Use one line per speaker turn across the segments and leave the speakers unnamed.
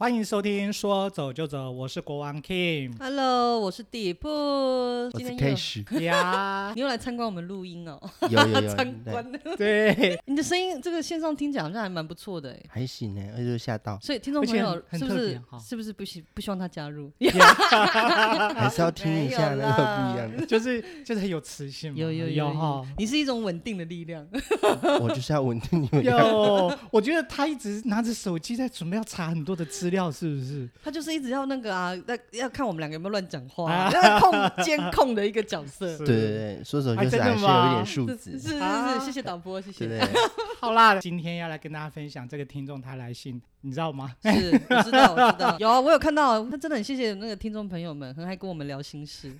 欢迎收听《说走就走》，我是国王 Kim。
Hello，我是底部，
我
今
是
天又
Cash，
呀，
你又来参观我们录音哦，
有有有，
参
对
观。
对，
你的声音，这个线上听讲好像还蛮不错的哎，
还行呢，而且吓到，
所以听众
而
朋
且
友
很
是不
特别
是
哈
是不是不希不希望他加入？
还是要听一下
啊没有
那个
啦
不一样的。
就是就是很有磁性嘛，
有有
有
有
哈。
你是一种稳定的力量，
我就是要稳定你们。
有，我觉得他一直拿着手机在准备要查很多的资料，是不是？
他就是一直要那个啊，那要看我们两个有没有乱讲话啊，要控监控的一个角色。
是
对对对，说走
哎
就
真的
是还是有一
吗
点素
是是
质，
是
啊
是，谢谢导播，谢
对
谢。
不对？
好啦，今天要来跟大家分享这个听众他来信，你知道吗？
是，我知道，我知道，有啊，我有看到，那真的很谢谢那个听众朋友们，很爱跟我们聊心事，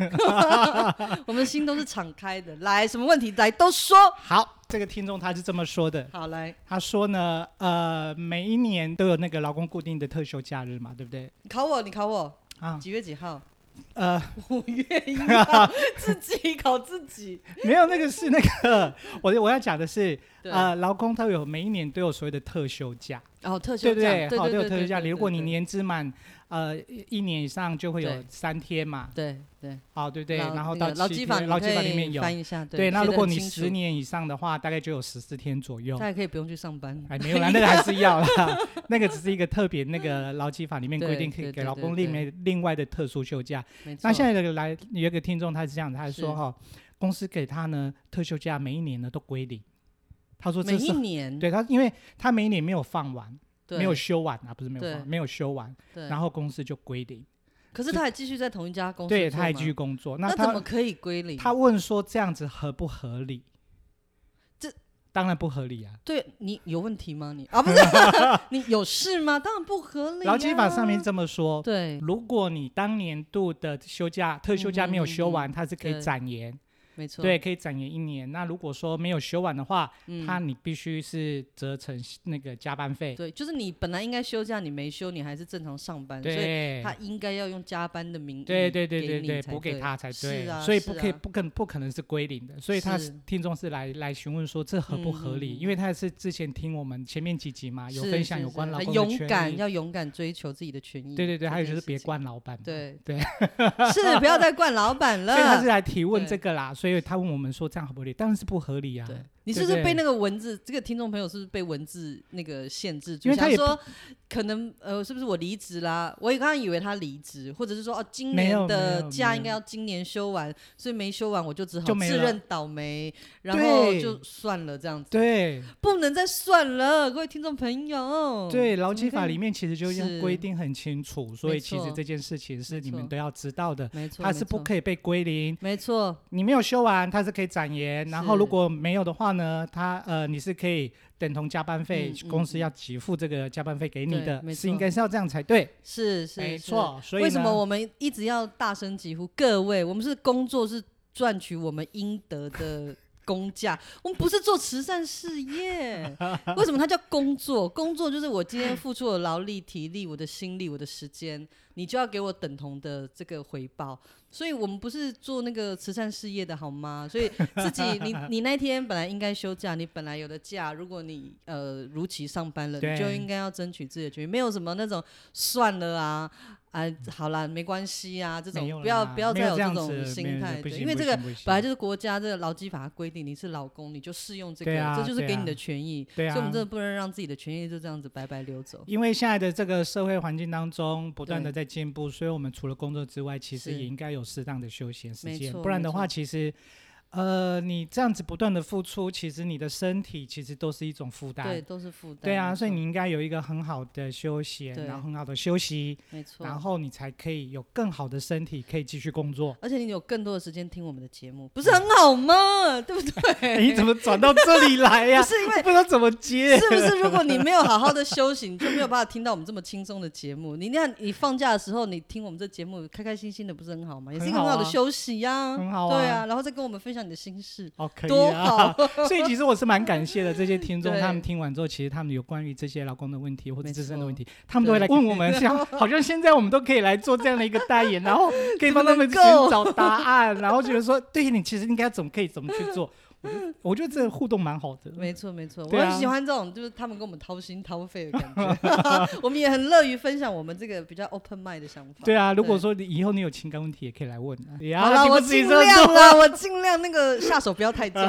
我们心都是敞开的，来，什么问题来都说，
好，这个听众他是这么说的，
好来，
他说呢，呃，每一年都有那个劳工固定的特休假日嘛，对不对？
你考我，你考我，
啊，
几月几号？
呃，
五月一号，自己考自己，
没有，那个是那个，我我要讲的是，
对，
呃，劳工他有每一年都有所谓的特休假，
然哦后特休
对
假，
不
对
好，
对
都有特休假。
对
如果你
对
年资满呃一年以上，就会有
对
三天嘛，
对对，
好，对不对？
劳
然后
那
到
个劳
七
基
天
法，
劳基法里面有，
翻一下，
对。那
写
如
得
果
很
你
清
十
楚，
年以上的话，大概就有十四天左右
他。也可以不用去上班，
哎，没有啦，那个还是 要啦，那个只是一个特别那个劳基法里面规
对
定可以
对
给
对
劳
对
工
对
另外另外的特殊休假。
没错
那现在这个来有一个听众，他是这样子，他说
是
哈、公司给他呢特休假，每一年呢都归零。他说
每
这
一
是
年
对他，因为他每一年没有放完，
嗯对
没有休完啊，不是没有
对
放完，没有休完，
对，
然后公司就归零，
可是他还继续在同一家公司做吗，
对，他还继续工作。
那怎么
他
可以归零？
他问说这样子合不合理？
这
当然不合理啊，
对你有问 题吗？你啊，不是你有事吗？当然不合理、啊。
劳基法上面这么说。
对，
如果你当年度的休假、特休假没有
嗯
休完，它是可以
对
展延，
没错，
对，可以展延一年。那如果说没有休完的话，
嗯，
它你必须是折成那个加班费，
对，就是你本来应该休假，你没休，你还是正常上班，所以
对，
他应该要用加班的名义
对对对对
嗯你
对，
才
补给他才对，
是啊，
所以
是
不可以
啊
不可不可能是归零的，所以他是
是
听众是来来询问说这合不合理，
嗯嗯嗯
因为他是之前听我们前面几集嘛，有
是
分享
是
有关
是
劳
很
工的
勇
权
敢，
益，
要勇敢追求自己的权益。
对对对，
这
还有
件
就是
事
别
情。
惯老板嘛，
对
对，
是不要再惯老板
所以他是
了。
来提问
对
这个啦，所以他问我们说这样合不合理，当然是不合理啊，
对，你是
对
不
不
是被
对
那个文字？这个听众朋友是不是被文字那个限制住？
因为他
想
也
说可能呃，是不是我离职啦？我也刚刚以为他离职，或者是说哦，今
没有
年
没有
的假
没
应该
有
要今年休完，所以没休完我就只好
就没
自
了
认倒霉，然后
对
就算了这样子，
对
不能再算了，各位听众朋友。
对，劳基法
看
里面其实就已经
嗯是
规定很清楚，所以
没
其实
错
这件事情是
没
你们
错
都要知道的，
没错，
它
没
是不
错，
可以被归零，
没错，
你没有休完，它是可以展延。然后
是
如果没有的话呢，它呃你是可以等同加班费，
嗯嗯
公司要给付这个加班费给你
对
的，
没
是应
错
该是要这样才对，
是是
没
是
错。所以
为什
呢
么我们一直要大声疾呼？各位，我们是工作，是赚取我们应得的工价， 我们不是做慈善 事业。为什么它叫工作？工作就是我今天付出我的劳力、体力、我的心力、我的时间，你就要给我等同的这个回报。所以我们不是做那个慈善事业的好吗？所以自 己，你你那天本来应该休假，你本来有的假，如果你呃如期上班了，
对
你就应该要争取自己的权益，没有什么那种算了啊。啊，好啦，没关系啊，这
没
种
有
不要
啦
不要
没
再
有
有
这样
种
子没有
心态，
不
对，
行
因为
不
这个
行不行
本来就是国家这个劳基法规定，你是劳工你就适用这
对
个，
啊
这就是
对
给你
啊
的权益，
对啊
所以我们真的不能让自己的权益就这样子白白溜走。
因为现在的这个社会环境当中不断的
对
在进步，所以我们除了工作之外，其实
是
也应该有适当的休闲时
没
间，
错
不然
没
的话，
错
其实。呃，你这样子不断的付出，其实你的身体其实都是一种负担。
对，都是负担。
对啊，
没
所以
错
你应该有一个很好的休闲，
对
然后很好的休息，
没错，
然后你才可以有更好的身体，可以继续工
。
作
而且你有更多的时间听我们的节目，不是很好吗？ 对不对？
嗯 你怎么转到这里来呀、
不是因为
我不知道怎么接。
是不是？如果你没有好好的休息，你就没有办法听到我们这么轻松的节目。你那样，你放假的时候，你听我们这节目，开开心心的，不是很好吗？也是一个
很
很
好啊
好的休息呀、
很好啊
对啊，然后再跟我们分享你的心事，
哦，可以
多
啊！
好。
所以其实我是蛮感谢的，这些听众
对
他们听完之后，其实他们有关于这些劳工的问题或者
没
自身的
错
问题，他们都会来
对
问我 们，像好像现在我们都可以来做这样的一个代言，然后可以帮他们
怎
寻
么能够
找答案，然后觉得说，对你其实应该怎么可以怎么去做。我觉得这个互动蛮好的。
没错没错，
对
我
啊
很喜欢这种，就是他们跟我们掏心掏肺的感觉， 我们也很乐于分享我们这个比较 open mind 的想法。
对啊，如果
对
说你以后你有情感问题，也可以来问啊。呀
好了，
你不
我
自己
尽
这么
量
做
啦，我尽量那个下手不 要太重，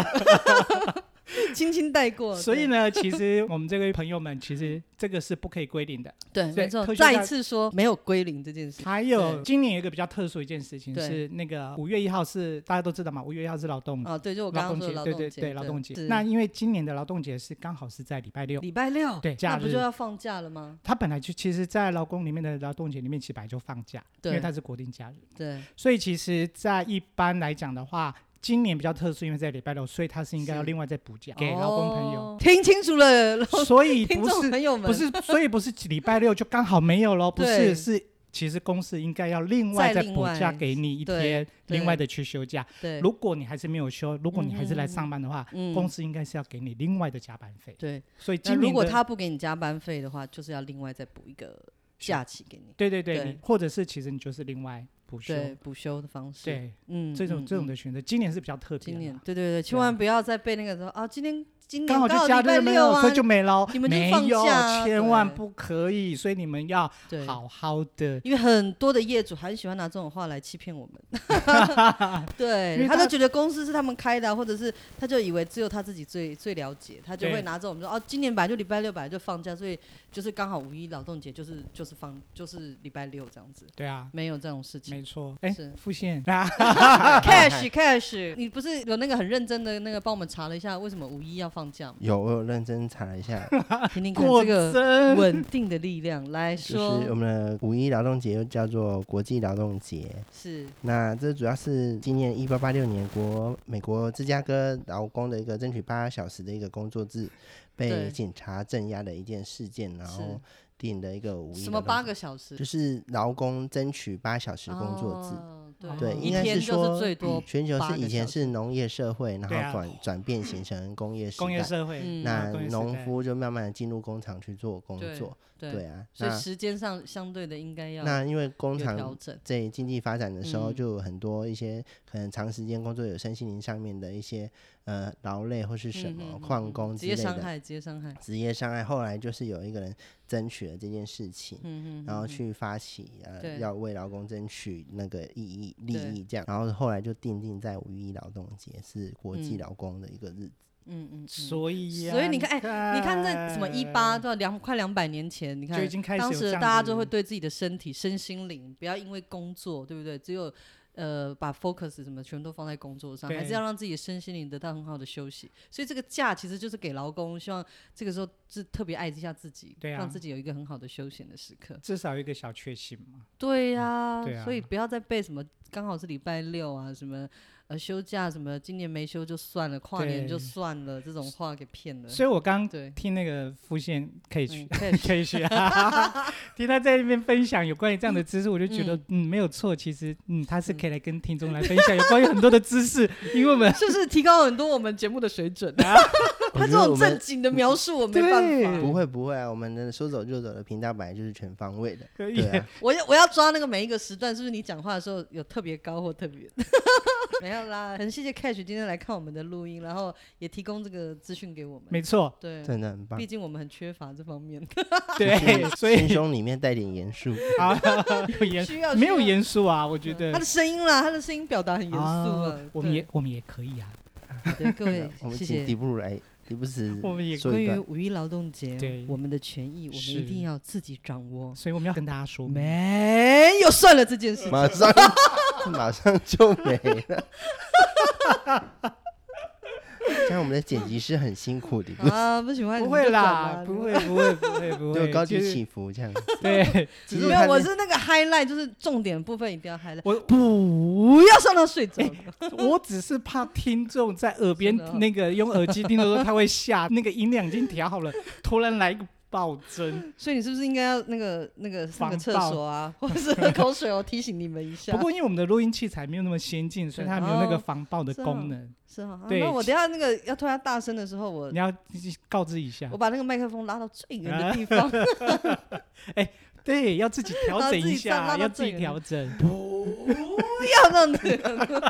轻轻带过。
所以
呢，
呢，其实我们这位朋友们，其实这个是不可以归零的。
对，没错
科。学
再
家
一次说，没有归零这件事。
还有今年有一个比较特殊的一件事情
对
是，那个五月一号是大家都知道嘛，五月一号是劳动
啊，对，就我
嗯
刚
劳动
刚说
节
的，劳
对
动
对
节，
对，劳动节
是。
那因为今年的劳动节是刚好是在礼拜六，
礼拜六，
对，
那
假
不就
日。
要放假了吗？
他本来就其实，在劳工里面的劳动节里面，其实本来就放假，因为
对
它是国定假日。
对，
所以其实，在一般来讲的话，今年比较特殊，因为在礼拜六，所以它是应该要
是
另外再补假给劳工朋友。
哦听清楚了，
所以
听
不
众
是
朋友们，
不是，所以不是礼拜六就刚好没有咯，不
对
是是。其实公司应该要另外
再
再
另
补假
外
给你一
对
天，
对
另外的去休假。
对，
如果你还是没有休，如果你还是来上班的话，
嗯
公司应该是要给你另外的加班费。
对。
所以
那
今年
如果
的
他不给你加班费的话，就是要另外再补一个假期给你，
对对对，
对
你或者是其实你就是另外补休，
对，补休的方式。，
对
嗯，
这种
嗯
这种
嗯
的选择，今年是比较特别
今
的
年
啦，
对对对，千
对啊
万不要再被那个说啊，今天今年
刚好就假
礼拜
日没
六
有，
啊，
所以就没了。
你们就
没
放
有
假啊，
千万
对
不可以，所以你们要
对，
好好的。
因为很多的业主很喜欢拿这种话来欺骗我们，
因
对，
为
他
他
就觉得公司是他们开的啊，或者是他就以为只有他自己最最了解，他就
对
会拿这种说哦，今年本来就礼拜六本来就放假，所以就是刚好五一劳动节就是就是放就是礼拜六这样子，
对啊，
没有这种事情。
没错。哎
是，
复 线啊，
cash
哎
cash，你不是有那个很认真的那个帮我们查了一下为什么五一要放假吗？
有，我有认真查了 一下，
听听看
啊果
这个
真
稳定的力量来
就
说
是我嗯们的五一劳动节又叫做国际劳动节。
是
那这主要是纪念一八八六年国美国芝加哥劳工的一个争取八小时的一个工作制
对
被警察镇压的一件事件，然后定了一个五一
什么
劳动
八
节
个小时
就是劳工争取八小时工作制。
哦对
对
一
应该
是
天就
说嗯
是最多
全球
八
是
个
以前
小时
是农业社会，然
对啊
后转转变形成工业时
工业
代，
社会，
嗯
那
啊工业时
农
代
夫就慢慢的进入工厂去做工
对
作，
对
对啊，
所以
那
时间上相对的应该要
那因为工
有调
厂
整，
在经济发展的时候，
嗯
就有很多一些可能长时间工作有身心灵上面的一些呃劳累或是什
嗯
么
嗯嗯
旷
嗯
工
职
之
业
类
伤
的
害，职业伤害，
职业伤害，后来就是有一个人争取了这件事情，
嗯嗯，
然
嗯
后
嗯
去发起呃
对
要为劳工争取那个意义利
对
益这样，然后后来就定定在五一劳动节是国际
嗯
劳工的一个日 子，
嗯嗯，嗯
所以呀
所以你看哎
看
你看在什么一八到两快两百年前，你看
就已经开始有
当
这
时
样
大家
子
就会对自己的身体、身心灵，不要因为工作，对不对？只有呃把 focus 什么全都放在工作上，还是
对
要让自己的身心灵得到很好的休息。所以这个假其实就是给劳工，希望这个时候是特别爱一下自己，
对啊
让自己有一个很好的休闲的时刻。
至少有一个小确幸嘛。
对呀、
对啊
所以不要再被什么刚好是礼拜六啊，什么呃休假，什么今年没休就算了，跨年
对
就算了，这种话给骗了。
所以我刚
对，
听那个复线可以去
嗯，可 以
可以去，啊 听他在那边分享有关于这样的知识，我就觉得嗯没有错。其实嗯他是可以来跟听 众来分享有关于很多的知识，因为我们
是不是提高很多我们节目的水准？啊
我
他
觉
这
得我
种正
们
经的描述我没
对
办法，
不会不会啊，我们的说走就走的频道本来就是全 方位的，
可以
对啊，
我要我要抓那个每一个时段，是不是你讲话的时候有特别高或特别？ 没有啦，很谢谢 Cash 今天来看我们的录音，然后也提供这个资讯给我们。
没错，
对，
真的很棒
毕。竟我们很缺乏这方面，
对， 所以
心胸里面带点严肃，
啊， 有严
需要
没有
需要
严肃啊？我觉得
他的声音啦，他的声音表达很严肃啊
啊。我们也我们也可以啊，
对对各位
我，们
谢
请
谢
迪。布鲁来，迪布斯
我们也
说
关
一
于
段。
五一劳动节
对，
我们的权益，我们
是
一定要自己掌握。
所以我们要跟大家说，
没有算了这件事，
马上马上 就没了。 像我们的剪辑师很辛苦的，
啊，不喜欢
不会啦，
你们就转
不会
吧
不会不会 不
就
会，
高低
就是
起伏这样。
对，
只
没
他
有，我
那
是那个 highlight，就是重点部分一定要 highlight，
我
不要上到睡着。
我只是怕听众在耳边
真的哦
那个用耳机听的时候，他会吓，那个音量已经调好了，突然来一个暴增。
所以你是不是应该要那个那个上个厕
防爆
所啊，或者是喝口水？我提醒你们一下。
不过因为我们的录音器材没有那么先进，所以它没有那个防爆的功能。
啊是哈，啊
对
那我等一下那个要突然大声的时候，我
你要告知一下
我，把那个麦克风拉到最远的地方，
对，要自己调整一下，
然后
要
自
自
己
己
上拉
调
到
整。
不不要这样子。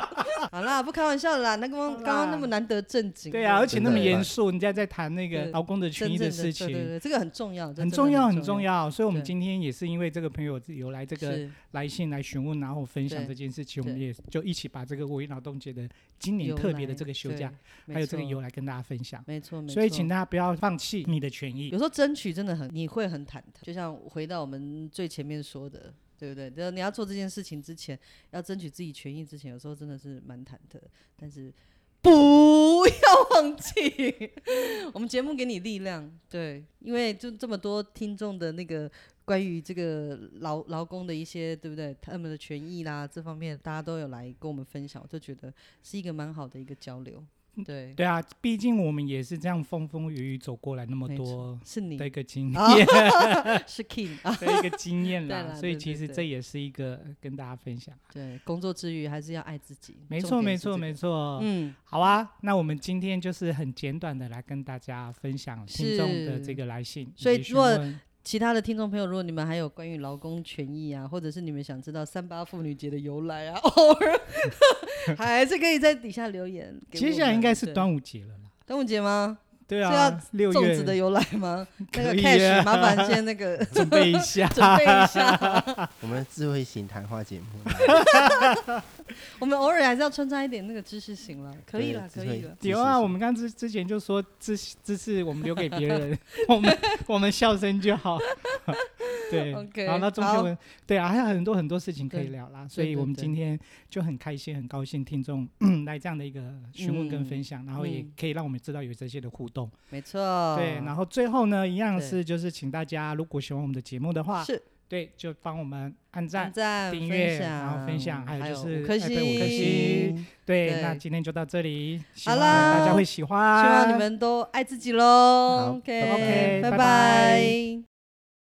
好啦，不开玩笑啦，那刚刚
好啦
刚刚那么难得正经，
对啊，而且那么
真的
严肃，人家在谈那个
对
劳工的权
真
益
正
的
的
事
对对
情，
对，这个很重要，
很
真的
重要，很重
重。
要。所以，我们
对
今天也是因为这个朋友有来这个
是
来信来询问，然后分享
对
这件事情，我们
对
也就一起把这个五一劳动节的今年
由
特别的
来
这个休
对
假，
没
还有这个
错
由来跟大家分享。
没错，没错。
所以，请大家不要放弃你的权益
有。时候争取真的很，你会很忐忑。就像回到我们最前面说的，对不对？就是你要做这件事情之前，要争取自己权益之前，有时候真的是蛮忐忑。但是不要忘记， 我们节目给你力量。对，因为就这么多听众的那个关于这个劳劳工的一些，对不对？他们的权益啦，这方面大家都有来跟我们分享，我就觉得是一个蛮好的一个交流。对，
对啊，毕竟我们也是这样风风雨雨走过来那么
没错
多
是你
的，一个经
啊
验，
是 King 啊。
的一个经验
对
啦。
啦
所以，
对
其
对
实
对
这也是一个呃跟大家分享。
对，工作之余还是要爱自己。
没错，
重点
没
是这
错，
个
没。错。
嗯，
好啊，那我们今天就是很简短的来跟大家分享听众的这个来信，
是所以
以及
如果
询问
其他的听众朋友，如果你们还有关于劳工权益啊，或者是你们想知道三八妇女节的由来啊， 偶尔还是可以在底下留言给我
接
们。啊
下来应该是
对
端午节了啦。
端午节吗？
对
是要
啊，六
粽子的
月
由来 吗？那个
可以
cash，
啊
麻烦先那个。
准备一下
准备一下。
我们智慧型谈 话节目，
我们偶尔还是要穿插一点那个知识型了，可以
对
了，
知
可
会
以了。
有
是是
啊，
是
我们刚之之前就说这这是我们留给别人， 我们我们笑声就好。 对
OK，
好，那钟
好
学文，对啊，还有很多很多事情可以
对
聊啦，所以
对
我们
对
今天就很开心，很高兴听众 来这样的一个询问跟分享，然后也
嗯
可以让我们知道有这些的互动。
没错。
对，然后最后呢，一样
哦对
是就是请大家，如果喜欢我们的节目的话，
是
对，就帮我们按
点
赞、
赞、
订
分
阅，
享
然后分享，还
还
有就是
五颗
哎对五颗
星
星。对，
对
那今天就到这里，希
好
望
啦
大家会喜欢，
希望你们都爱自己喽。
好
啊 OK，
OK，
拜
拜
拜。
拜